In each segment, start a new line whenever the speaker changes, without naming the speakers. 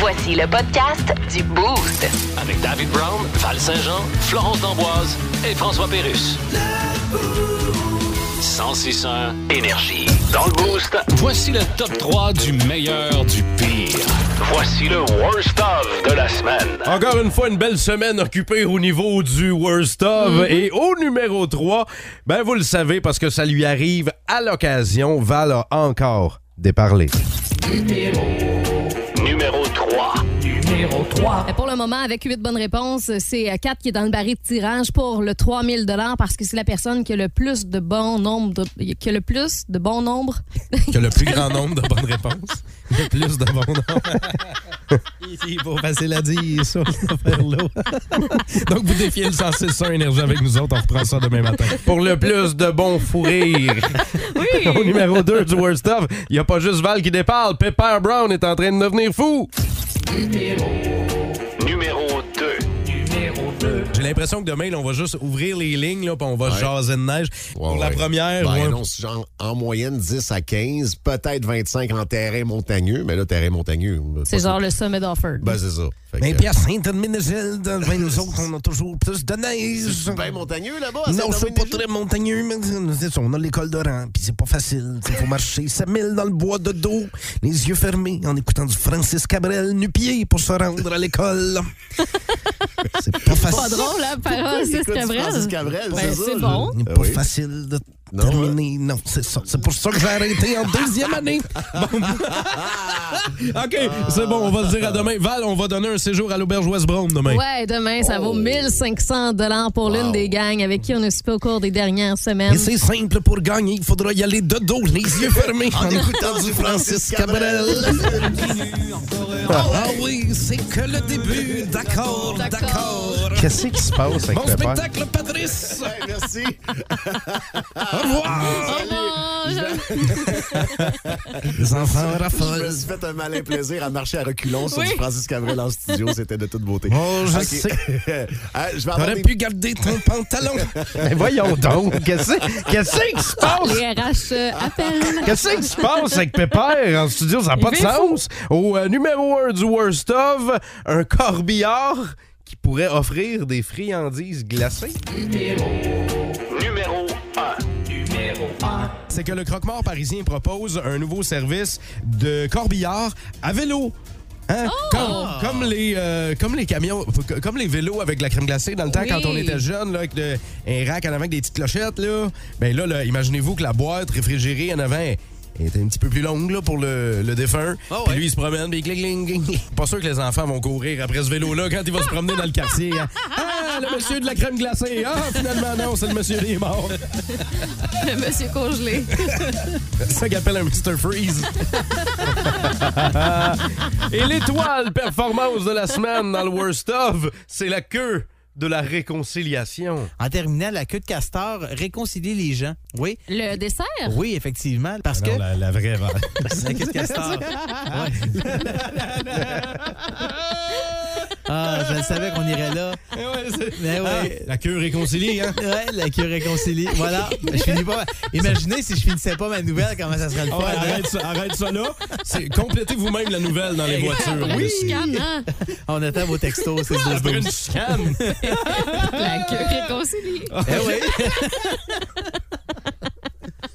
Voici le podcast du Boost.
Avec David Brown, Val Saint-Jean, Florence D'Amboise et François Pérus. 1061 Énergie. Dans le Boost, voici le top 3 du meilleur du pire. Voici le worst of de la semaine.
Encore une fois, une belle semaine occupée au niveau du worst of. Et au numéro 3, ben vous le savez parce que ça lui arrive à l'occasion. Val a encore déparlé.
Numéro 3. Numéro 3.
Pour le moment, avec huit bonnes réponses, c'est 4 qui est dans le baril de tirage pour le 3000 dollars parce que c'est la personne qui a le plus de bon nombre de, qui a le plus de bon nombre.
Que le plus grand nombre de bonnes réponses, le plus de bons nombres. Ici, pour facile à dire, ça, cette affaire-là. Donc, vous défiez le 106.1 Énergie avec nous autres. On reprend ça demain matin.
Pour le plus de bons fous rires. Au numéro 2 du worst of, il n'y a pas juste Val qui déparle. Pepper Brown est en train de devenir fou.
Numéro 2. Numéro 2.
J'ai l'impression que demain, là, on va juste ouvrir les lignes, là, puis on va jaser de neige.
Ouais,
pour la
ouais.
première,
Ben
ouais.
non, c'est genre en moyenne 10 à 15, peut-être 25 en terrain montagneux, mais là, terrain montagneux.
C'est
pas-
genre le sommet d'Offord.
Ben, c'est ça. Fait que-
Mais puis à Saint-Anne-Ménagel, dans le vin, nous autres, on a toujours plus de neige.
C'est bien montagneux là-bas.
Non,
c'est
c'est pas très montagneux, mais c'est ça, on a l'école de rang, puis c'est pas facile. Il faut marcher 7000 dans le bois de dos, les yeux fermés, en écoutant du Francis Cabrel nu-pied pour se rendre à l'école. c'est pas
Pas
facile.
drôle, hein, par Francis
Francis
Cabrel.
Cabrel,
Ben,
c'est ça.
c'est
je-
bon.
Il n'est
Ah
pas
oui.
facile de
Non, hein?
terminer. Non, c'est ça. C'est pour ça que j'ai arrêté en deuxième année. Bon. OK, c'est bon, on va le dire à demain. Val, on va donner un séjour à l'auberge Westbrown demain.
Ouais, demain, ça vaut 1500 dollars pour l'une des gangs avec qui on a suppé au cours des dernières semaines.
Et c'est simple pour gagner, il faudra y aller de dos, les yeux fermés, en écoutant du Francis Cabrel. Ah oui, c'est que le début, d'accord, d'accord.
Qu'est-ce qui se passe avec
Bon
Pepper?
spectacle, Patrice!
Hey, Merci.
Au revoir!
Oh, j'aime-
Les enfants
Je me
raffolent.
suis fait un malin plaisir à marcher à reculons sur
Oui.
du Francis Cabrel en studio. C'était de toute beauté.
Oh, je
Ok.
sais.
Ah, je vais avoir
T'aurais
des-
pu garder ton pantalon.
Mais voyons donc, qu'est-ce qu'est-ce qui se
Ah,
passe?
Les RH euh, appellent.
Qu'est-ce qui se passe avec Pépère en studio? Ça n'a pas de
Il est
sens. Au euh, numéro 1 du Worst of, un corbillard qui pourrait offrir des friandises glacées.
Numéro 1. Numéro 1.
C'est que le croque-mort parisien propose un nouveau service de corbillard à vélo. Hein? Comme, comme les, euh, comme les camions, comme les vélos avec de la crème glacée dans le temps
Oui.
quand on était jeune, là, avec de- un rack en avant avec des petites clochettes. Là. Ben là, là, imaginez-vous que la boîte réfrigérée en avant est est un petit peu plus longue là, pour le, le défunt. Puis lui, il se promène, puis il clic, clic, clic, clic. Pas sûr que les enfants vont courir après ce vélo-là quand il va se promener dans le quartier. hein. Ah, le monsieur de la crème glacée! Ah, finalement, non, c'est le monsieur des morts.
Monsieur Congelé.
C'est ça qu'il appelle un Mr. Freeze.
Et l'étoile performance de la semaine dans le Worst of, c'est la queue de la réconciliation.
En terminant, la queue de castor réconcilie les gens. Oui,
Le dessert?
oui, effectivement, parce
Ah
que
Ben Non, la, la vraie vache.
la queue de castor. Ouais. Ah, je le savais qu'on irait là. Mais Ben oui.
Ah, La queue réconciliée, hein?
Ouais, la queue réconcilie. Voilà. Je finis pas. Imaginez si je finissais pas ma nouvelle, comment ça serait le fun.
Ah ouais,
hein?
arrête, ça, arrête ça là. C'est- Complétez vous-même la nouvelle dans les voitures.
Après, je calme, hein?
On attend vos textos, c'est 12
Ah, Après une chicane.
La queue réconcilie.
Eh oui.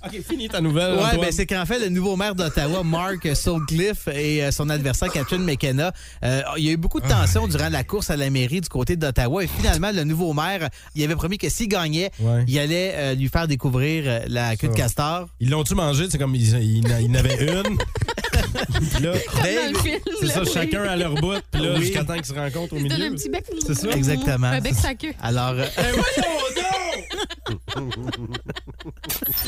OK, finis ta nouvelle.
Ouais,
Antoine.
ben c'est qu'en fait, le nouveau maire d'Ottawa, Mark Sutcliffe, et euh, son adversaire, Catherine McKenna, euh, il y a eu beaucoup de tensions durant la course à la mairie du côté d'Ottawa. Et finalement, le nouveau maire, il avait promis que s'il gagnait,
Ouais.
il allait euh, lui faire découvrir euh, la queue de castor.
Ils l'ont-tu mangé? C'est comme ils, ils, en- ils en avaient une. Puis là,
Dans le film,
c'est ça,
là, oui.
chacun à leur bout. Puis là,
Oui.
jusqu'à temps qu'ils se rencontrent au
Il se donne un
milieu.
petit bec. Mhm.
C'est ça?
Exactement.
Un bec sa queue.
Alors, euh,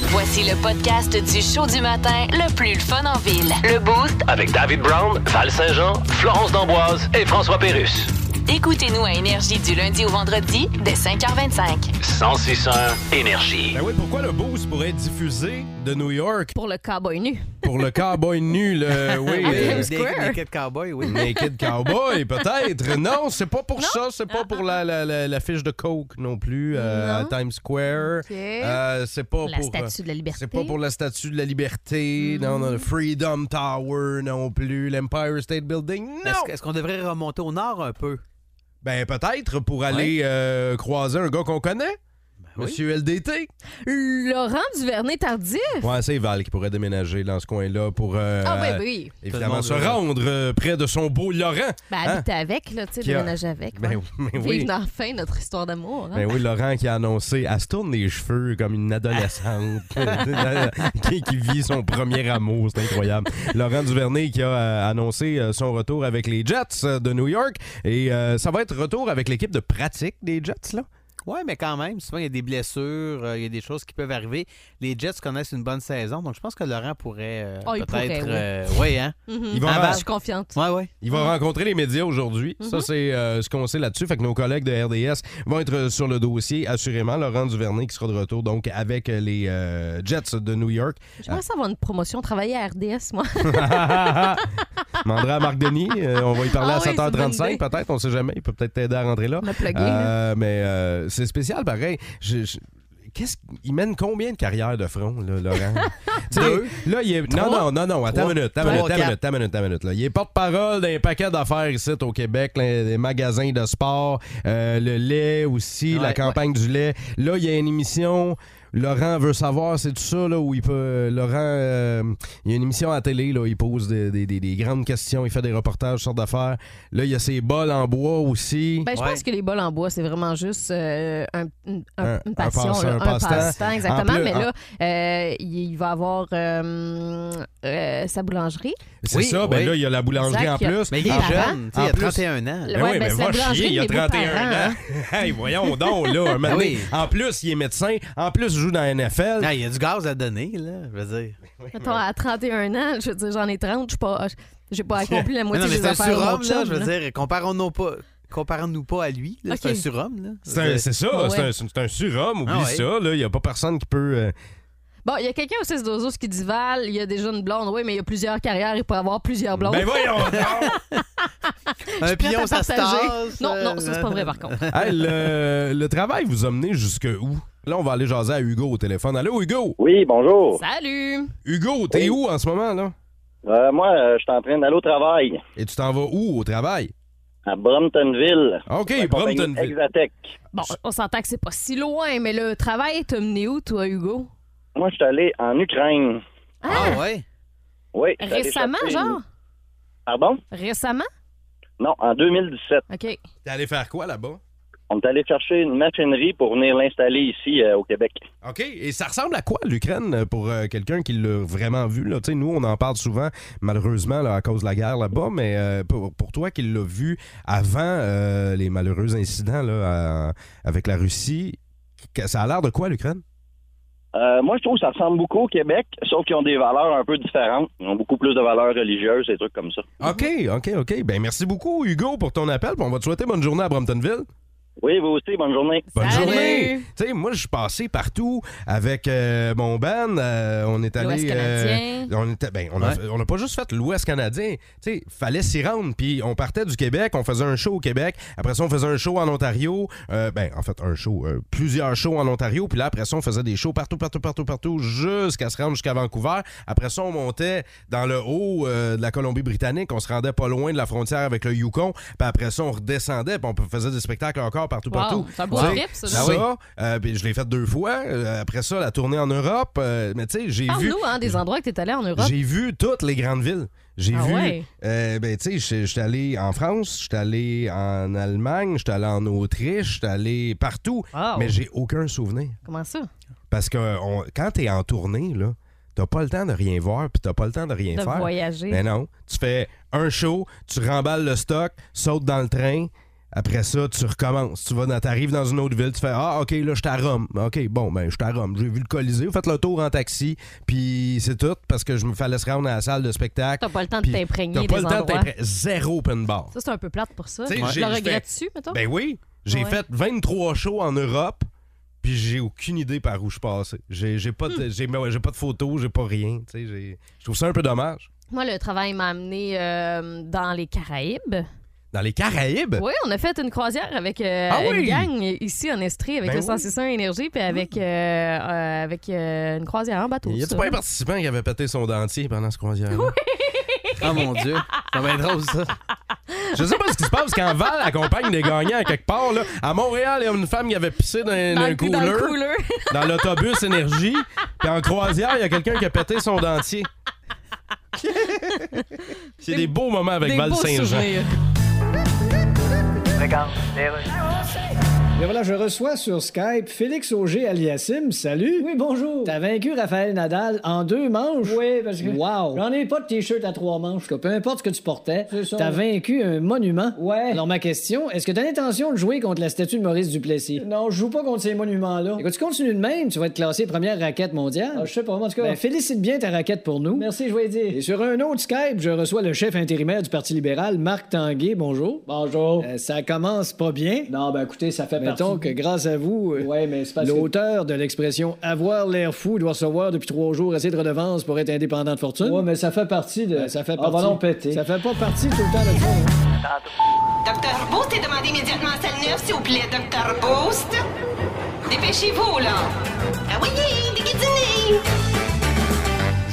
Voici le podcast du show du matin le plus le fun en ville. Le Boost,
Avec David Brown, Val Saint-Jean, Florence D'Amboise et François Pérus.
écoutez-nous à Énergie du lundi au vendredi dès 5h25.
1061 Énergie.
Ben oui, pourquoi le boost pourrait être diffusé de New York
Pour le cowboy nu.
pour le cowboy nu, le,
Ben
oui.
Ah, ben
euh,
Naked Cowboy, oui.
Naked Cowboy, peut-être. Non, c'est pas pour ça. C'est pas pour la, la- la- la fiche de Coke non plus euh, à Times Square.
Ok.
Euh, c'est pas
La
pour. euh,
statue de la liberté.
C'est pas pour la statue de la liberté, non, non, le Freedom Tower non plus, l'Empire State Building, non!
Est-ce que- est-ce qu'on devrait remonter au nord un peu?
Ben peut-être pour aller euh, croiser un gars qu'on connaît,
oui.
Monsieur LDT.
Laurent Duvernay-Tardif?
Ouais, c'est Val qui pourrait déménager dans ce coin-là pour euh,
Ah, ben oui.
évidemment
Tout
se
le monde veut.
rendre euh, près de son beau Laurent.
Ben,
Hein?
habiter avec, là, tu sais,
Qui a-
déménager avec.
Ben,
ouais.
mais oui.
Vive enfin notre histoire d'amour. hein?
Ben oui, Laurent qui a annoncé, elle se tourne les cheveux comme une adolescente qui, qui vit son premier amour, c'est incroyable. Laurent Duvernay qui a euh, annoncé euh, son retour avec les Jets euh, de New York et euh, ça va être retour avec l'équipe de pratique des Jets là.
Oui, mais quand même, souvent il y a des blessures, euh, il y a des choses qui peuvent arriver. Les Jets connaissent une bonne saison, donc je pense que Laurent pourrait euh,
Oh, il
peut-être.
pourrait,
euh, ouais, hein?
Mhm.
Ils vont,
Ah, ben, Mm-hmm.
Je suis confiante.
Ouais, ouais.
ils vont rencontrer les médias aujourd'hui. Ça c'est euh, ce qu'on sait là-dessus. Fait que nos collègues de RDS vont être euh, sur le dossier assurément. Laurent Duvernay qui sera de retour donc avec euh, les euh, Jets de New York.
J'aimerais ça avoir une promotion, travailler à RDS, moi.
Mandra à Marc Denis, euh, on va y parler
Ah
à
oui, c'est une bonne
7h35
idée.
peut-être, on sait jamais, il peut peut-être t'aider à rentrer là.
Me plugger,
Euh, mais euh, c'est spécial pareil. Je- je- Qu'est-ce il mène combien de carrières de front là, Laurent Tu sais,
Deux.
Là, il est non non non non, attends
Trois.
une minute, attends une
Trois,
minute, attends une
quatre.
minute, attends une minute, attends une minute, là. Il est porte-parole d'un paquet d'affaires ici au Québec, là, des magasins de sport, euh, le lait aussi, la
Ouais,
campagne du lait. Là, il y a une émission Laurent veut savoir, c'est tout ça, là, où il peut. Laurent, euh, il y a une émission à la télé, là, il pose des, des- des- des grandes questions, il fait des reportages, sortes d'affaires. Là, il y a ses bols en bois aussi.
Ben, je
Ouais.
pense que les bols en bois, c'est vraiment juste euh, un- un-
Un-
une
un
passion,
passe-
là,
un
un,
passe-temps.
passe-temps, exactement.
En plus,
mais
en-
là, euh, il, il va avoir euh, euh, sa boulangerie.
c'est
oui,
ça, ben
oui.
là, il y a la boulangerie
Exact,
en
il y a-
plus.
Ben,
Mais il est
En-
jeune, tu sais, il
en
a
plus-
31 ans.
Le-
Ben
Ouais, ben,
oui, mais
c'est la
va
boulangerie
chier,
de
il a
mes
31 ans. hey, voyons donc, là, un moment donné.
oui.
En plus, il est médecin. En plus, il joue dans la NFL.
Non, il y a du gaz à donner, là, je veux dire.
Mettons, à 31 ans, je veux dire, j'en ai 30, je suis pas... J'ai pas accompli la
Non, non,
moitié
mais
des
c'est un
affaires de mon
surhomme, là,
chum,
je veux
là.
dire, comparons-nous pas, comparons-nous pas à lui, là, c'est
Ok.
un surhomme, là.
C'est un- c'est ça,
Ouais.
c'est un, c'est un surhomme, oublie
Ah ouais.
ça. là, Il n'y a pas personne qui peut. euh,
Bon, il y a quelqu'un au 6 d'Ozos qui dit Val, il y a déjà une blonde. Oui, mais il y a plusieurs carrières, il peut avoir plusieurs blondes.
Ben voyons donc!
un
Prête à
pion, ça se
partager.
tasse,
Non, non,
euh,
ça c'est pas vrai par contre.
Hey, le, le travail vous a mené jusque où? Là, on va aller jaser à Hugo au téléphone. Allô, Hugo?
Oui, bonjour.
Salut!
Hugo, t'es où en ce moment, là?
Euh, moi, euh, je suis en train d'aller au travail
Et tu t'en vas où au travail?
à Bromptonville.
OK,
La compagnie
Bromptonville.
Exatech.
Bon, on s'entend que c'est pas si loin, mais le travail t'a mené où, toi, Hugo?
Moi, je suis allé en Ukraine.
Ah ouais?
Oui. je suis allé
Récemment,
chercher une-
genre?
Pardon?
Récemment?
Non, en 2017.
OK.
T'es allé faire quoi là-bas?
On est allé chercher une machinerie pour venir l'installer ici euh, au Québec.
OK. Et ça ressemble à quoi, l'Ukraine, pour euh, quelqu'un qui l'a vraiment vu? Là? Tu sais, Nous, on en parle souvent, malheureusement, là, à cause de la guerre là-bas, mais euh, pour, pour toi qui l'as vu avant euh, les malheureux incidents là, à- avec la Russie, que- ça a l'air de quoi, l'Ukraine?
Euh, moi, je trouve que ça ressemble beaucoup au Québec, sauf qu'ils ont des valeurs un peu différentes. Ils ont beaucoup plus de valeurs religieuses, des trucs comme ça.
OK, OK, OK. Ben merci beaucoup, Hugo, pour ton appel. Puis On va te souhaiter bonne journée à Bromptonville.
Oui, vous aussi, bonne journée.
Bonne
Salut!
journée! Tu sais, moi, je suis passé partout avec euh, mon band. euh, on est allé.
L'Ouest
euh,
canadien.
on était, ben, on, a,
Ouais.
on a pas juste fait l'Ouest canadien. Tu sais, fallait s'y rendre. Puis on partait du Québec, on faisait un show au Québec. Après ça, on faisait un show en Ontario. Euh, ben, en fait, un show, euh, plusieurs shows en Ontario. Puis là, après ça, on faisait des shows partout, partout, partout, partout, jusqu'à se rendre jusqu'à Vancouver. Après ça, on montait dans le haut euh, de la Colombie-Britannique. On se rendait pas loin de la frontière avec le Yukon. Puis après ça, on redescendait. Puis on faisait des spectacles encore partout, partout.
Wow, c'est un beau
Tu sais,
trip, ça.
ça, euh, puis je l'ai fait deux fois. Euh, après ça, la tournée en Europe. euh, mais tu sais, j'ai vu.
Parle-nous hein, des endroits que t'es allé en Europe.
J'ai vu toutes les grandes villes. J'ai
Ah
vu.
ouais?
euh, ben, tu sais, j'étais- j'étais allé en France, j'étais allé en Allemagne, j'étais allé en Autriche, j'étais allé partout.
Wow.
Mais j'ai aucun souvenir.
Comment ça?
Parce que on- quand t'es en tournée, là, t'as pas le temps de rien voir, puis t'as pas le temps de rien
De
faire.
voyager.
Mais non. Tu fais un show, tu remballes le stock, sautes dans le train. Après ça, tu recommences. Tu vas dans, t'arrives dans une autre ville, tu fais Ah, OK, là, je suis à Rome. OK, bon, ben, je suis à Rome. J'ai vu le Colisée. Vous faites le tour en taxi, puis c'est tout, parce que je me fallais se rendre à la salle de spectacle.
T'as pas le temps
Puis
de t'imprégner
T'as
des
pas le temps
endroits.
de t'impré- Zéro open bar.
Ça, c'est un peu plate pour ça.
Tu sais,
Je
j'ai-
le
Ben j'ai fait-
regrette-tu, mettons?
Ben oui, j'ai
Ouais.
fait 23 shows en Europe. puis j'ai aucune idée par où je passe. J'ai j'ai pas,
Hmm.
de- j'ai ouais, j'ai pas de photos, j'ai pas rien. tu sais, j'ai- Je trouve ça un peu dommage.
Moi, le travail m'a amené euh, dans les Caraïbes.
Dans les Caraïbes,
Oui, on a fait une croisière avec euh,
Ah oui?
une gang ici en Estrie, avec
Ben
le
oui. Ah.
161 Énergie, puis avec, euh, euh, avec euh, une croisière en bateau.
y a-tu
ça.
pas un participant qui avait pété son dentier pendant ce croisière?
Oh mon Dieu. Ça va être drôle, ça.
Je sais pas ce qui se passe quand Val accompagne des gagnants à quelque part. Là. À Montréal, il y a une femme qui avait pissé dans, un-
dans,
un
le, dans le
cooler,
cooler.
dans l'autobus énergie. Puis en croisière, il y a quelqu'un qui a pété son dentier. C'est des beaux moments avec
Des
Val
beaux
Saint-Jean.
souvenirs.
Et voilà, je reçois sur Skype Félix Auger aliassim Salut. Oui, bonjour. T'as vaincu Raphaël Nadal en deux manches. Oui, parce que. Wow. J'en ai pas de t-shirt à trois manches. peu importe ce que tu portais, t'as vaincu un monument. Ouais. Alors, ma question, est-ce que t'as l'intention de jouer contre la statue de Maurice Duplessis? Non, je joue pas contre ces monuments-là. Écoute, tu continues de même, tu vas être classé première raquette mondiale. Ben, je sais pas, en tout cas. félicite bien ta raquette pour nous. Merci, je vais dire. Et sur un autre Skype, je reçois le chef intérimaire du Parti libéral, Marc Tanguay. Bonjour. Bonjour. ça commence pas bien. Non, ben écoutez, ça fait Mettons que grâce à vous, euh, l'auteur de l'expression avoir l'air fou doit recevoir depuis trois jours assez de redevances pour être indépendant de fortune. Ouais, mais ça fait partie de. Ah, ça fait partie. Ça fait pas partie tout le temps de ça. hein.
Docteur Boost est demandé immédiatement à salle 9, s'il vous plaît, Docteur Boost. Dépêchez-vous, là. Ah oui, déguidinez.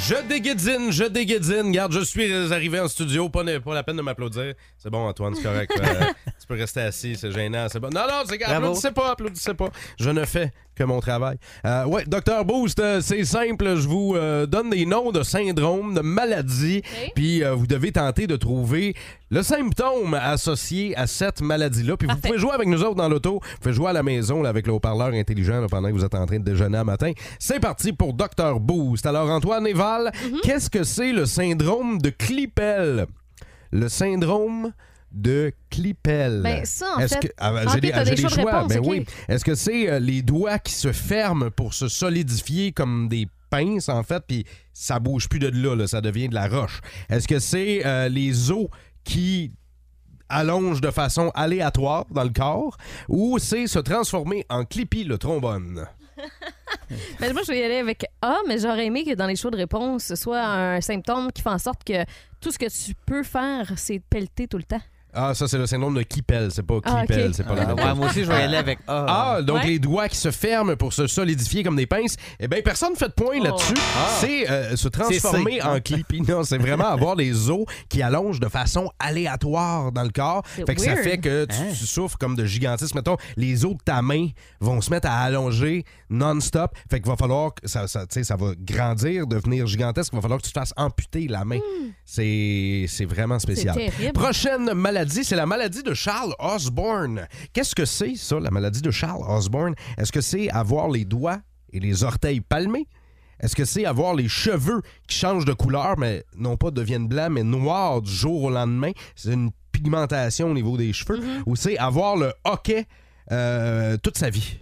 Je déguédine, je déguédine. Garde, je suis arrivé en studio. Pas, ne- pas la peine de m'applaudir. C'est bon, Antoine, c'est correct. Euh, tu peux rester assis, c'est gênant. C'est bon. Non, non, c'est
Bravo.
applaudissez pas, applaudissez pas. Je ne fais que mon travail. Euh, ouais, Docteur Boost, euh, c'est simple. Je vous euh, donne des noms de syndromes, de maladies. Puis euh, vous devez tenter de trouver le symptôme associé à cette maladie-là. Puis vous pouvez jouer avec nous autres dans l'auto. Vous pouvez jouer à la maison là, avec le haut-parleur intelligent là, pendant que vous êtes en train de déjeuner à matin. C'est parti pour Docteur Boost. Alors, Antoine et Val, qu'est-ce que c'est le syndrome de Klippel? Le syndrome de Klippel.
Ben, ça, en
Est-ce
fait-
que- ah, ben,
Ah,
j'ai
ok,
des,
t'as
j'ai
des
des
choix de
choix.
réponse,
ben
ok.
oui. Est-ce que c'est euh, les doigts qui se ferment pour se solidifier comme des pinces, en fait, puis ça bouge plus de là, là, ça devient de la roche? Est-ce que c'est euh, les os qui allongent de façon aléatoire dans le corps ou c'est se transformer en clippy le trombone?
Ben, moi, je vais y aller avec A, mais j'aurais aimé que dans les choix de réponse, ce soit un symptôme qui fait en sorte que tout ce que tu peux faire, c'est pelleter tout le temps.
Ah, ça, c'est le syndrome de Kippel, c'est pas
Ah, ok.
Klippel, c'est pas la
Ah,
même
ben,
ouais, moi aussi, je vais y aller avec A.
Ah, donc
Ouais.
les doigts qui se ferment pour se solidifier comme des pinces. Eh bien, personne ne fait de
Oh.
point là-dessus.
Ah.
C'est euh, se transformer en clippy. Non, c'est vraiment avoir les os qui allongent de façon aléatoire dans le corps.
C'est
Fait que ça
weird.
fait que tu, tu souffres comme de gigantisme. Mettons, les os de ta main vont se mettre à allonger non-stop. Fait qu'il va falloir que ça, ça, tu sais, ça va grandir, devenir gigantesque. Il va falloir que tu te fasses amputer la main. C'est C'est vraiment spécial.
Hmm. C'est terrible.
Prochaine maladie, c'est la maladie de Charles Osborne. Qu'est-ce que c'est, ça, la maladie de Charles Osborne? Est-ce que c'est avoir les doigts et les orteils palmés? Est-ce que c'est avoir les cheveux qui changent de couleur, mais non pas deviennent blancs, mais noirs du jour au lendemain? C'est une pigmentation au niveau des cheveux.
Mm-hmm.
Ou c'est avoir le hockey euh, toute sa vie?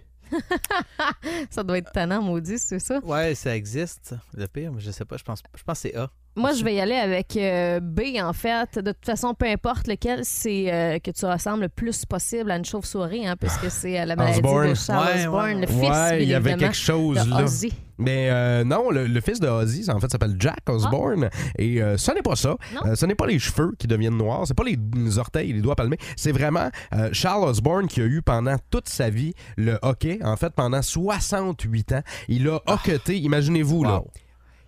Ça doit être tannant, maudit, c'est ça.
Ouais, ça existe. Le pire, mais je sais pas. Je pense, je pense que c'est A.
Moi, je vais y aller avec euh, B, en fait. De toute façon, peu importe lequel, c'est euh, que tu ressembles le plus possible à une chauve-souris, hein, puisque c'est euh, la maladie
Ah. Osborne.
de Charles
Ouais,
Osborne,
ouais.
le fils, bien
ouais, il y avait
évidemment,
quelque chose
de
là.
Ozzy.
Mais euh, non, le, le fils de Ozzy, en fait, s'appelle Jack Osborne.
Ah.
Et euh, ce n'est pas ça.
Non.
Euh, ce n'est pas les cheveux qui deviennent noirs. C'est pas les, les orteils et les doigts palmés. C'est vraiment euh, Charles Osborne qui a eu pendant toute sa vie le hockey. En fait, pendant 68 ans, il a hockeyté, imaginez-vous, là,
Ah. Wow.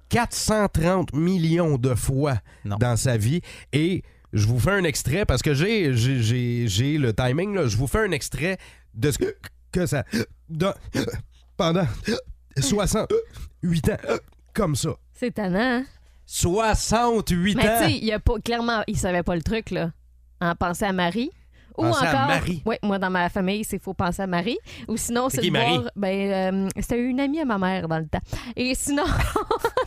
430 millions de fois
Non.
dans sa vie. Et je vous fais un extrait parce que j'ai, j'ai, j'ai- j'ai le timing. Là. Je vous fais un extrait de ce que, que ça. dans- pendant 68 ans. Euh, Comme ça.
C'est tannant. hein?
68
Mais tu
ans!
sais, il y a pas, clairement, il savait pas le truc, là. En penser à Marie. Ou
Penser à
encore.
Marie.
Oui, moi, dans ma famille, c'est faut penser à Marie. Ou sinon, c'est
qui,
de
Marie?
voir. Ben, euh, c'était une amie à ma mère dans le temps. Et sinon,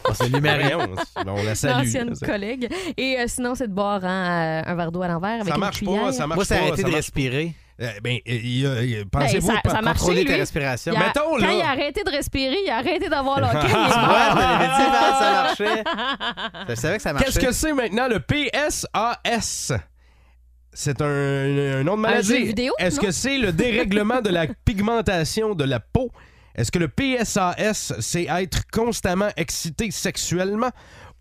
Oh, c'est numéro
Marion, on la salue.
l'ancienne collègue. Et euh, sinon, c'est de boire hein, un verre d'eau à l'envers avec
Ça
une
marche
cuillère.
pas, ça marche
Moi, ça a
pas.
arrêté
Ça
de
marche...
respirer.
Euh, ben, euh, il y a- il y a- pensez-vous
ça-
pas-
ça marche.
Contrôler ta
lui.
respiration.
Il a-
Mais
Mettons,
quand
là- Ah,
il a arrêté de respirer, il a arrêté d'avoir l'hockey.
tu vois, je te l'avais dit, Val, ça marchait. Je savais que ça marchait.
Qu'est-ce que c'est maintenant le PSAS? C'est un, un nom
jeu
de maladie.
vidéo,
Est-ce
non?
que c'est le dérèglement de la pigmentation de la peau? Est-ce que le PSAS, c'est être constamment excité sexuellement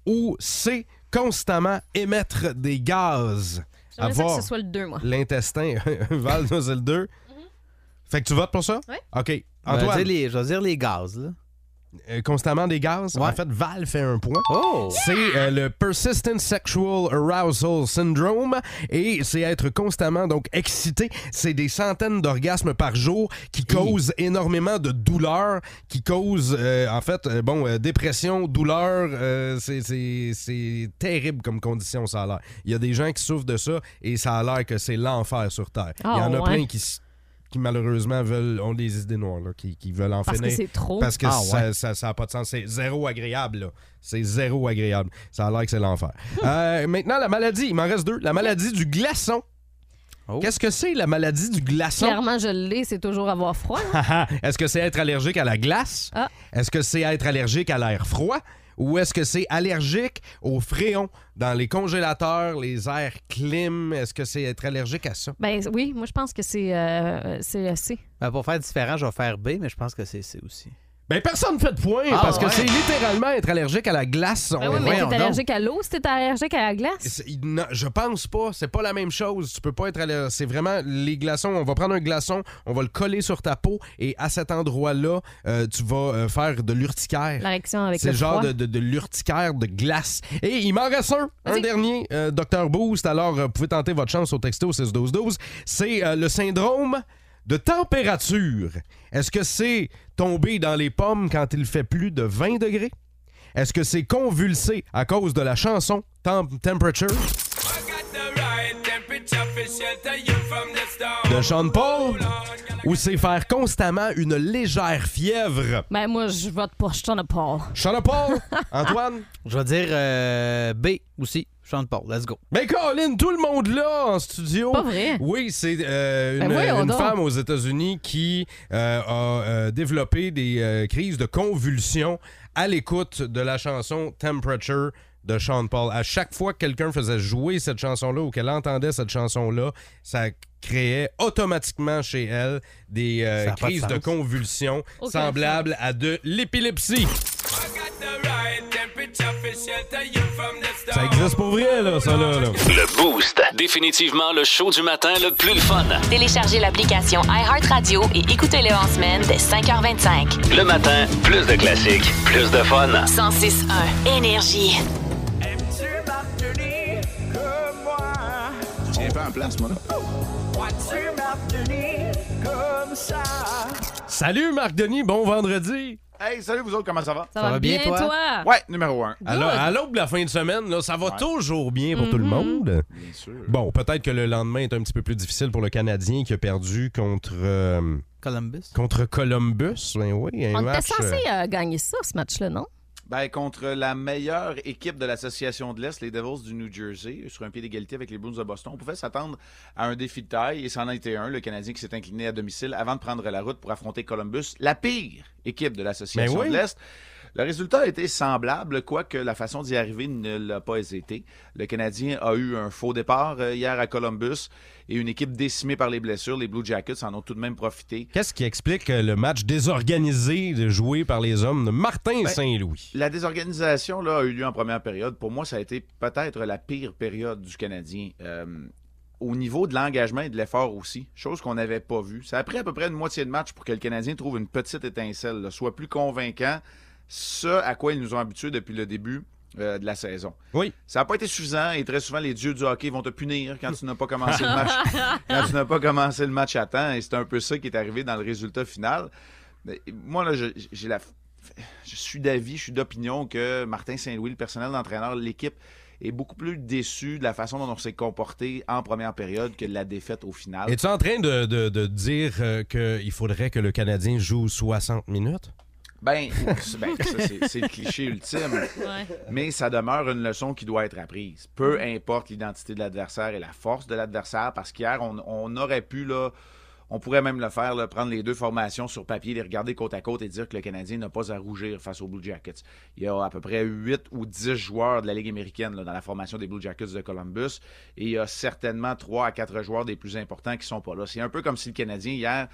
ou c'est constamment émettre des gaz?
J'aimerais ça
Avoir
que ce soit le 2, moi.
L'intestin, Val, ça, c'est le 2. Fait que tu votes pour ça?
Oui.
OK.
Je vais
Antoine?
dire les- je vais dire les gaz, là.
Euh, constamment des gaz. En fait, Val fait un point. C'est euh, le Persistent Sexual Arousal Syndrome et c'est être constamment donc excité. C'est des centaines d'orgasmes par jour qui causent énormément de douleurs, qui causent euh, en fait euh, bon euh, dépression, douleur. euh, c'est- c'est c'est terrible comme condition ça a l'air. Il y a des gens qui souffrent de ça et ça a l'air que c'est l'enfer sur terre. Il y
Ah,
en a
ouais.
plein qui s- qui malheureusement veulent ont des idées noires là, qui, qui veulent en
Parce que
finir.
c'est trop.
Parce que
Ah,
ça-
ouais.
ça n'a pas de sens. C'est zéro agréable, là. C'est zéro agréable. Ça a l'air que c'est l'enfer. Euh, maintenant, la maladie, il m'en reste deux. La maladie du glaçon. Qu'est-ce que c'est la maladie du
Oh.
glaçon? Ah,
Clairement, je l'ai, c'est toujours avoir froid. hein.
est-ce que c'est être allergique à la glace?
Ah.
Est-ce que c'est être allergique à l'air froid? Ou est-ce que c'est allergique aux fréons dans les congélateurs, les airs clim? Est-ce que c'est être allergique à ça?
Ben oui, moi je pense que c'est euh, c'est le C.
Ben, pour faire différent, je vais faire B, mais je pense que c'est C aussi.
Ben personne ne fait de point
Ah,
parce que
ouais.
c'est littéralement être allergique à la glace.
Ben
On-
oui, mais
voyons
t'es
donc.
allergique à l'eau si t'es allergique à la glace.
C'est- il- non, je pense pas. C'est pas la même chose. Tu peux pas être. à la- C'est vraiment les glaçons. On va prendre un glaçon, on va le coller sur ta peau et à cet endroit-là, euh, tu vas euh, faire de l'urticaire.
La réaction avec
C'est
le
le genre
froid.
de, de- de l'urticaire de glace. Et il m'en reste un, un dernier, euh, Dr Boost. Alors, euh, vous pouvez tenter votre chance au texto 61212. C'est euh, le syndrome de température. Est-ce que c'est tomber dans les pommes quand il fait plus de 20 degrés? Est-ce que c'est convulsé à cause de la chanson Temp- Temperature de Sean Paul? Ou c'est faire constamment une légère fièvre?
Ben moi je vote pour Sean Paul.
Sean Paul? Antoine?
Je vais dire euh, B aussi. Sean Paul, let's go.
Mais Colin, Ben, tout le monde là en studio.
Pas vrai.
Oui, c'est euh,
Ben
une,
voyons
une
donc.
femme aux États-Unis qui euh, a euh, développé des euh, crises de convulsions à l'écoute de la chanson Temperature de Sean Paul. À chaque fois que quelqu'un faisait jouer cette chanson-là ou qu'elle entendait cette chanson-là, ça créait automatiquement chez elle des euh,
Ça a pas de
crises de,
sens.
convulsions
Aucun
semblables à de l'épilepsie. Ça existe pour vrai, là, ça, là. là.
Le Boost. Définitivement le show du matin le plus le fun.
Téléchargez l'application iHeartRadio et écoutez-le en semaine dès 5h25.
Le matin, plus de classiques, plus de fun.
106.1 Énergie.
Je tiens pas en place, moi, là.
Salut Marc Denis, bon vendredi.
Hey, salut vous autres, comment ça va?
Ça va bien, toi? toi?
Ouais, numéro un.
Alors, à l'aube de la fin de semaine, là, ça va
Ouais.
toujours bien pour tout le
Mhm.
monde.
Bien sûr.
Bon, peut-être que le lendemain est un petit peu plus difficile pour le Canadien qui a perdu contre. euh,
Columbus.
Contre Columbus, ben oui, un
On était
match.
censé euh, gagner ça ce match-là, non?
Ben, contre la meilleure équipe de l'Association de l'Est, les Devils du New Jersey, sur un pied d'égalité avec les Bruins de Boston, on pouvait s'attendre à un défi de taille, et c'en a été un, le Canadien qui s'est incliné à domicile avant de prendre la route pour affronter Columbus, la pire équipe de l'Association
Ben oui.
de l'Est. Le résultat a été semblable, quoique la façon d'y arriver ne l'a pas été. Le Canadien a eu un faux départ euh, hier à Columbus et une équipe décimée par les blessures. Les Blue Jackets en ont tout de même profité.
Qu'est-ce qui explique euh, le match désorganisé de- joué par les hommes de Martin
Ben,
Saint-Louis?
La désorganisation là, a eu lieu en première période. Pour moi, ça a été peut-être la pire période du Canadien. Euh, au niveau de l'engagement et de l'effort aussi, chose qu'on n'avait pas vue. Ça a pris à peu près une moitié de match pour que le Canadien trouve une petite étincelle, là, soit plus convaincant, ce à quoi ils nous ont habitués depuis le début euh, de la saison.
Oui.
Ça n'a pas été suffisant et très souvent, les dieux du hockey vont te punir quand tu n'as pas commencé le match quand tu n'as pas commencé le match à temps. Et c'est un peu ça qui est arrivé dans le résultat final. Mais Moi, là, je- j'ai la- je suis d'avis, je suis d'opinion que Martin Saint-Louis, le personnel d'entraîneur, l'équipe est beaucoup plus déçu de la façon dont on s'est comporté en première période que de la défaite au final.
Es-tu en train de, de- de dire euh, qu'il faudrait que le Canadien joue 60 minutes?
Ben, c'est- ben, ça, c'est- c'est le cliché ultime. Mais ça demeure une leçon qui doit être apprise. Peu importe l'identité de l'adversaire et la force de l'adversaire, parce qu'hier, on, on aurait pu, là, On pourrait même le faire, là, prendre les deux formations sur papier, les regarder côte à côte et dire que le Canadien n'a pas à rougir face aux Blue Jackets. Il y a à peu près 8 ou 10 joueurs de la Ligue américaine là, dans la formation des Blue Jackets de Columbus et il y a certainement 3 à 4 joueurs des plus importants qui sont pas là. C'est un peu comme si le Canadien, hier,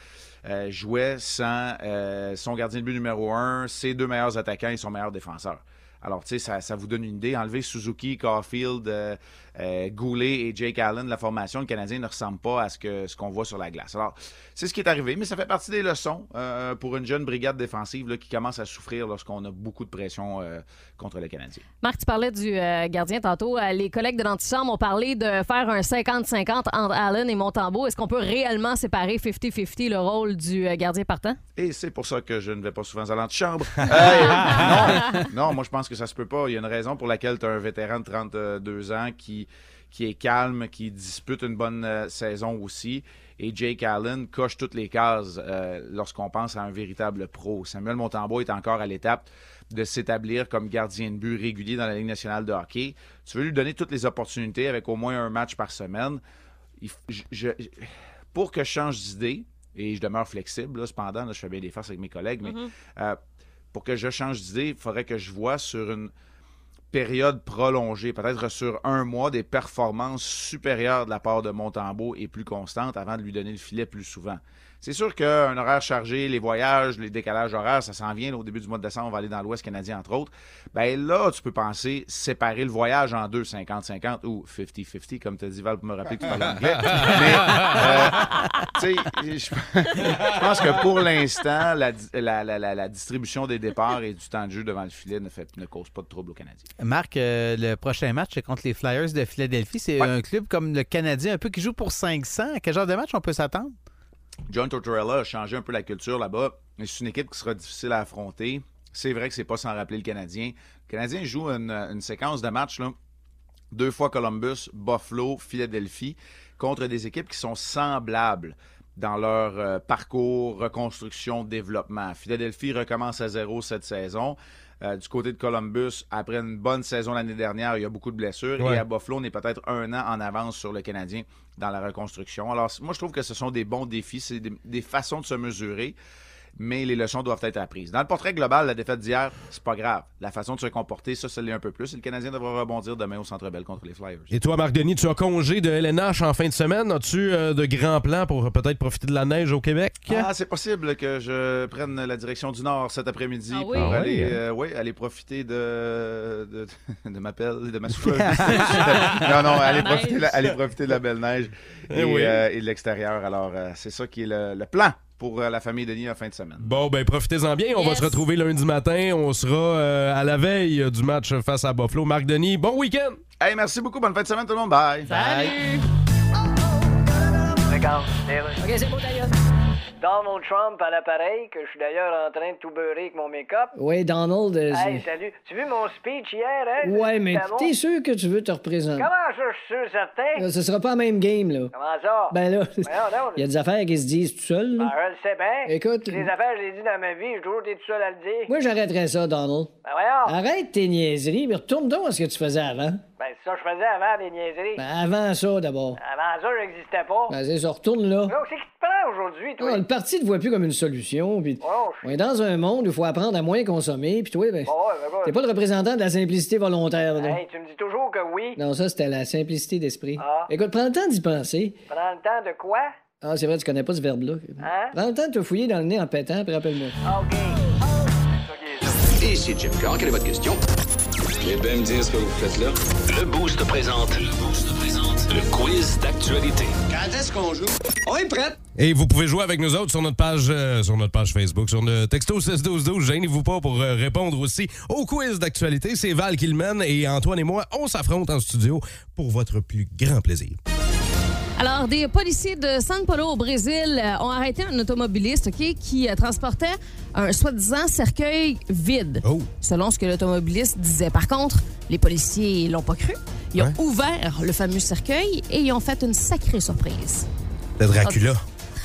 euh, jouait sans euh, son gardien de but numéro 1, ses deux meilleurs attaquants et son meilleur défenseur. Alors, tu sais, ça, ça vous donne une idée. Enlever Suzuki, Caulfield, euh, euh, Goulet et Jake Allen de la formation, le Canadien ne ressemble pas à ce qu'on ce qu'on voit sur la glace. Alors, c'est ce qui est arrivé, mais ça fait partie des leçons euh, pour une jeune brigade défensive là, qui commence à souffrir lorsqu'on a beaucoup de pression euh, contre le Canadien.
Marc, tu parlais du euh, gardien tantôt. Euh, les collègues de l'antichambre ont parlé de faire un 50-50 entre Allen et Montembeau. Est-ce qu'on peut réellement séparer 50-50 le rôle du euh, gardien partant?
Et c'est pour ça que je ne vais pas souvent à l'antichambre. Euh, non, non, moi je pense que ça se peut pas. Il y a une raison pour laquelle tu as un vétéran de 32 ans qui, qui est calme, qui dispute une bonne euh, saison aussi. Et Jake Allen coche toutes les cases euh, lorsqu'on pense à un véritable pro. Samuel Montembeau est encore à l'étape de s'établir comme gardien de but régulier dans la Ligue nationale de hockey. Tu veux lui donner toutes les opportunités avec au moins un match par semaine. Il f- je- je- je- pour que je change d'idée, et je demeure flexible, là, cependant, là, je fais bien des farces avec mes collègues, mais
Mhm.
euh, pour que je change d'idée, il faudrait que je vois sur une période prolongée, peut-être sur un mois, des performances supérieures de la part de Montembeau et plus constantes avant de lui donner le filet plus souvent. C'est sûr qu'un horaire chargé, les voyages, les décalages horaires, ça s'en vient. là, au début du mois de décembre, on va aller dans l'Ouest canadien, entre autres. Ben là, tu peux penser séparer le voyage en deux, 50-50 ou 50-50, comme tu as dit, Val, pour me rappeler que tu parles anglais. Mais, euh, tu sais, je je pense que pour l'instant, Ah, la, di- la- la- la- la distribution des départs et du temps de jeu devant le filet ne, fait, ne cause pas de trouble aux Canadiens.
Marc, euh, le prochain match c'est contre les Flyers de Philadelphie. C'est un club comme le Canadien, un peu qui joue pour 500. À quel genre de match on peut s'attendre?
John Tortorella a changé Ah, un peu la culture là-bas. Mais C'est une équipe qui sera difficile à affronter. C'est vrai que c'est pas sans rappeler le Canadien. Le Canadien joue une, une séquence de matchs là, deux fois Columbus, Buffalo, Philadelphie, contre des équipes qui sont semblables dans leur euh, parcours, reconstruction, développement. Philadelphie recommence à zéro cette saison. Euh, du côté de Columbus, après une bonne saison l'année dernière, il y a beaucoup de blessures.
Ouais.
Et à Buffalo, on est peut-être un an en avance sur le Canadien dans la reconstruction. Alors, c- moi, je trouve que ce sont des bons défis, c'est des, des façons de se mesurer mais les leçons doivent être apprises. Dans le portrait global, la défaite d'hier, c'est pas grave. La façon de se comporter, ça, ça l'est un peu plus. Et le Canadien devra rebondir demain au Centre Bell contre les Flyers.
Et toi, Marc Denis, tu as congé de LNH en fin de semaine. As-tu euh, de grands plans pour euh, peut-être profiter de la neige au Québec?
Ah, c'est possible que je prenne la direction du Nord cet après-midi
Ah oui?
pour
Ah
aller,
oui, hein?
euh, oui, aller profiter de, de, de ma pelle, de ma souffleuse. non, non,
La
aller
neige.
profiter, de la- aller profiter de la belle neige
Eh
et,
oui.
euh, et de l'extérieur. Alors, euh, c'est ça qui est le, le plan pour euh, la famille Denis en fin de semaine.
Bon, ben profitez-en bien. On va se retrouver lundi matin. On sera euh, à la veille euh, du match face à Buffalo. Marc Denis, bon week-end!
Hey, merci beaucoup. Bonne fin de semaine, tout le monde. Bye.
Salut.
OK, c'est beau, d'ailleurs. Donald Trump à l'appareil, que je suis d'ailleurs en train de tout beurrer avec mon make-up.
Oui, Donald. euh,
Hey,
c'est-
salut. Tu as vu mon speech hier, hein?
ouais, mais
C'était bon.
t'es sûr que tu veux te représenter?
Comment ça, je suis sûr, certain?
Euh, ce sera pas la même game, là.
Comment ça?
Ben là,
Voyons donc.
il y a des affaires qui se disent tout seul,
Ben,
là.
je le sais bien.
Écoute-
Les affaires, je les ai dit dans ma vie, j'ai toujours été tout seul à le dire.
Moi, j'arrêterais ça, Donald.
Ben, voyons.
Arrête tes niaiseries, mais retourne donc à ce que tu faisais avant.
Ben, ça, je faisais avant des niaiseries.
Ben, avant ça, d'abord.
Avant ça, j'existais pas.
Ben, c'est ça, retourne là.
Donc, c'est qui te prend aujourd'hui, toi? Oh,
Ah, le parti te voit plus comme une solution, puis on est dans un monde où il faut apprendre à moins consommer, puis toi, ben,
Bon, ouais, ben,
t'es pas le représentant de la simplicité volontaire, là.
Hey, tu me dis toujours que oui.
Non, ça, c'était la simplicité d'esprit.
Ah.
Écoute, prends le temps d'y penser.
Prends le temps de quoi?
Ah, c'est vrai, tu connais pas ce verbe-là.
Hein? Ah,
Prends le temps de te fouiller dans le nez en pétant, puis rappelle-moi.
Ici Jim Carr, quelle est votre question? Vous bien me dire ce que vous faites là? Le Boost présente. Le Boost présente. Le quiz d'actualité. Quand est-ce qu'on joue? On est prêt!
Et vous pouvez jouer avec nous autres sur notre page, euh, sur notre page Facebook, sur le texto 161212. Gênez-vous pas pour euh, répondre aussi au quiz d'actualité. C'est Val qui le mène et Antoine et moi, on s'affronte en studio pour votre plus grand plaisir.
Alors, des policiers de San Paulo au Brésil euh, ont arrêté un automobiliste ok, qui euh, transportait un soi-disant cercueil vide,
Oh!
selon ce que l'automobiliste disait. Par contre, les policiers l'ont pas cru. Ils ont ouvert le fameux cercueil et ils ont fait une sacrée surprise.
C'était Dracula.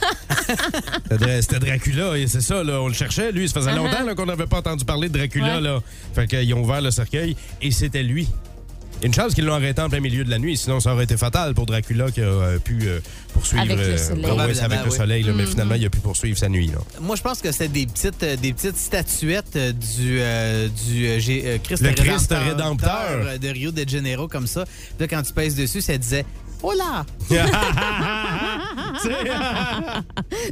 Ah,
C'était Dra- C'était Dracula, et c'est ça, là, on le cherchait. Lui, ça faisait
Uh-huh.
longtemps là, qu'on n'avait pas entendu parler de Dracula.
Ouais.
Là. Fait qu'ils ont ouvert le cercueil et c'était lui. Il y a une chance qu'ils l'ont arrêté en plein milieu de la nuit, sinon ça aurait été fatal pour Dracula qui a euh, pu euh, poursuivre
Avec le
euh,
soleil.
ouais,
Probablement,
c'est avec le
oui.
soleil, là, mais
Mhm.
finalement il a pu poursuivre sa nuit. là.
Moi, je pense que c'était des petites, euh, des petites statuettes euh, du, euh, du euh, Gé- euh, Christ,
Le Christ
rédempteur
rédempteur.
euh, de Rio de Janeiro, comme ça. Puis là, quand tu pèses dessus, ça disait Oh Hola!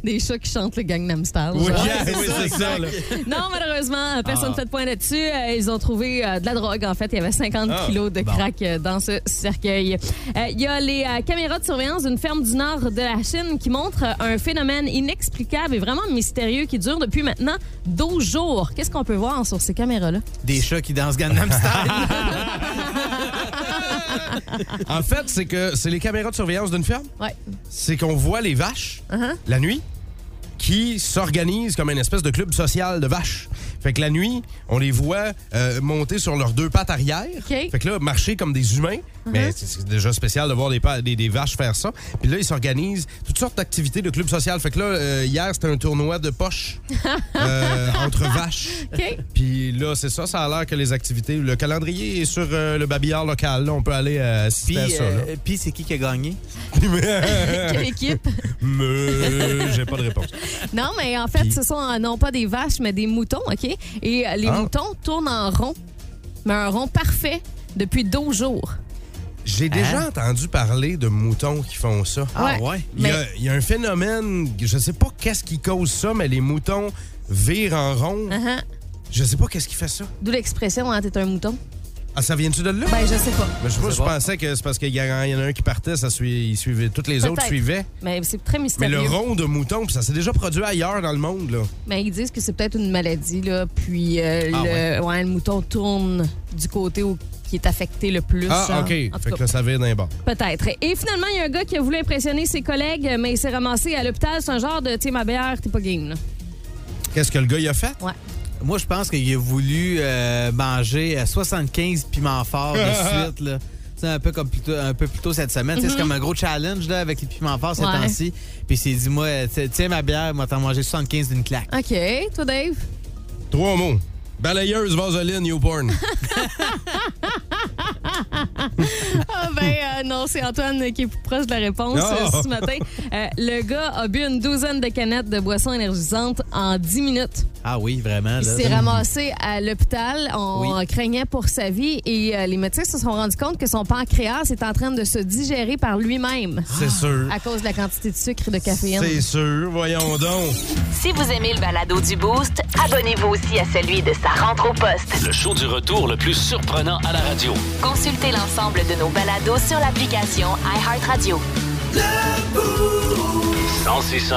Des chats qui chantent le Gangnam Style.
Oui,
genre.
yes, oui, c'est ça, là.
Non, malheureusement, personne ne
Ah.
fait de point là-dessus. Euh, Ils ont trouvé euh, de la drogue, en fait. Il y avait 50
Ah,
kilos de
bon.
crack euh, dans ce cercueil. Euh, Il y a les euh, caméras de surveillance d'une ferme du nord de la Chine qui montrent euh, un phénomène inexplicable et vraiment mystérieux qui dure depuis maintenant 12 jours. Qu'est-ce qu'on peut voir sur ces caméras-là?
Des chats qui dansent Gangnam Style.
en fait, c'est que c'est les caméras de surveillance d'une ferme.
Ouais.
C'est qu'on voit les vaches
Uh-huh.
la nuit qui s'organisent comme une espèce de club social de vaches. Fait que la nuit, on les voit euh, monter sur leurs deux pattes arrière.
OK.
Fait que là, marcher comme des humains. Mais c'est- c'est déjà spécial de voir des, pa- des- des vaches faire ça. Puis là, ils s'organisent toutes sortes d'activités de club social. Fait que là, euh, hier, c'était un tournoi de poche euh, entre vaches.
OK.
Puis là, c'est ça, ça a l'air que les activités, le calendrier est sur euh, le babillard local. Là, on peut aller euh, assister
Puis,
à ça. là.
euh, puis c'est qui qui a gagné?
Quelle équipe?
Mais j'ai pas de réponse.
Non, mais en fait, ce sont euh, non pas des vaches, mais des moutons, OK? Et euh, les
Ah.
moutons tournent en rond, mais un rond parfait depuis 12 jours.
J'ai déjà entendu parler de moutons qui font ça.
Hein? Ah Ouais. ouais?
Il y, a,
Mais-
il y a un phénomène, je sais pas qu'est-ce qui cause ça, mais les moutons virent en rond.
Uh-huh.
Je sais pas qu'est-ce qui fait ça.
D'où l'expression hein, « t'es un mouton
Ah, ça vient-tu de là? ».
Ben, je sais pas.
Mais je sais pas, je pensais que c'est parce qu'il y en a- il y en a un qui partait, ça suivait, il suivait, toutes les autres
Peut-être.
suivaient.
Mais c'est très
Mais
mystérieux.
le rond de mouton, puis ça s'est déjà produit ailleurs dans le monde, là.
Mais ils disent que c'est peut-être une maladie, là, puis euh,
Ah
le,
ouais.
ouais, le mouton tourne du côté où- qui est affecté le plus.
ah,
genre.
OK.
En tout
Fait
cas,
que là, ça vire d'un bord.
Peut-être. Et finalement, il y a un gars qui a voulu impressionner ses collègues, mais il s'est ramassé à l'hôpital. C'est un genre de, tiens, ma bière, t'es pas game, là.
Qu'est-ce que le gars, il a fait?
Ouais.
Moi, je pense qu'il a voulu euh, manger euh, 75 piments forts de suite. Là. Tu sais, Un peu comme plus tôt, un peu plus tôt cette semaine. Tu sais, C'est
Mhm.
comme un gros challenge là, avec les piments forts ces
Mm-hmm. Ouais.
temps-ci. Puis il s'est dit, moi, euh, tiens- tiens ma bière, moi, t'en manger 75 d'une claque.
OK. Toi, Dave?
Trois mots. Balayeuse, vaseline, newborn.
Ah ben euh, non, c'est Antoine qui est plus proche de la réponse
Ah.
euh, ce matin. Euh, le gars a bu une douzaine de canettes de boissons énergisantes en 10 minutes.
Ah oui, vraiment.
Il
là.
s'est ramassé à l'hôpital. On
Oui.
craignait pour sa vie et euh, les médecins se sont rendus compte que son pancréas est en train de se digérer par lui-même.
Ah.
C'est sûr.
À cause de la quantité de sucre et de caféine.
C'est sûr, voyons donc.
Si vous aimez le balado du Boost, abonnez-vous aussi à celui de sa rentre au poste.
Le show du retour le plus surprenant à la radio.
Consultez l'ensemble de nos balados sur l'application iHeartRadio.
106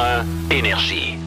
énergie.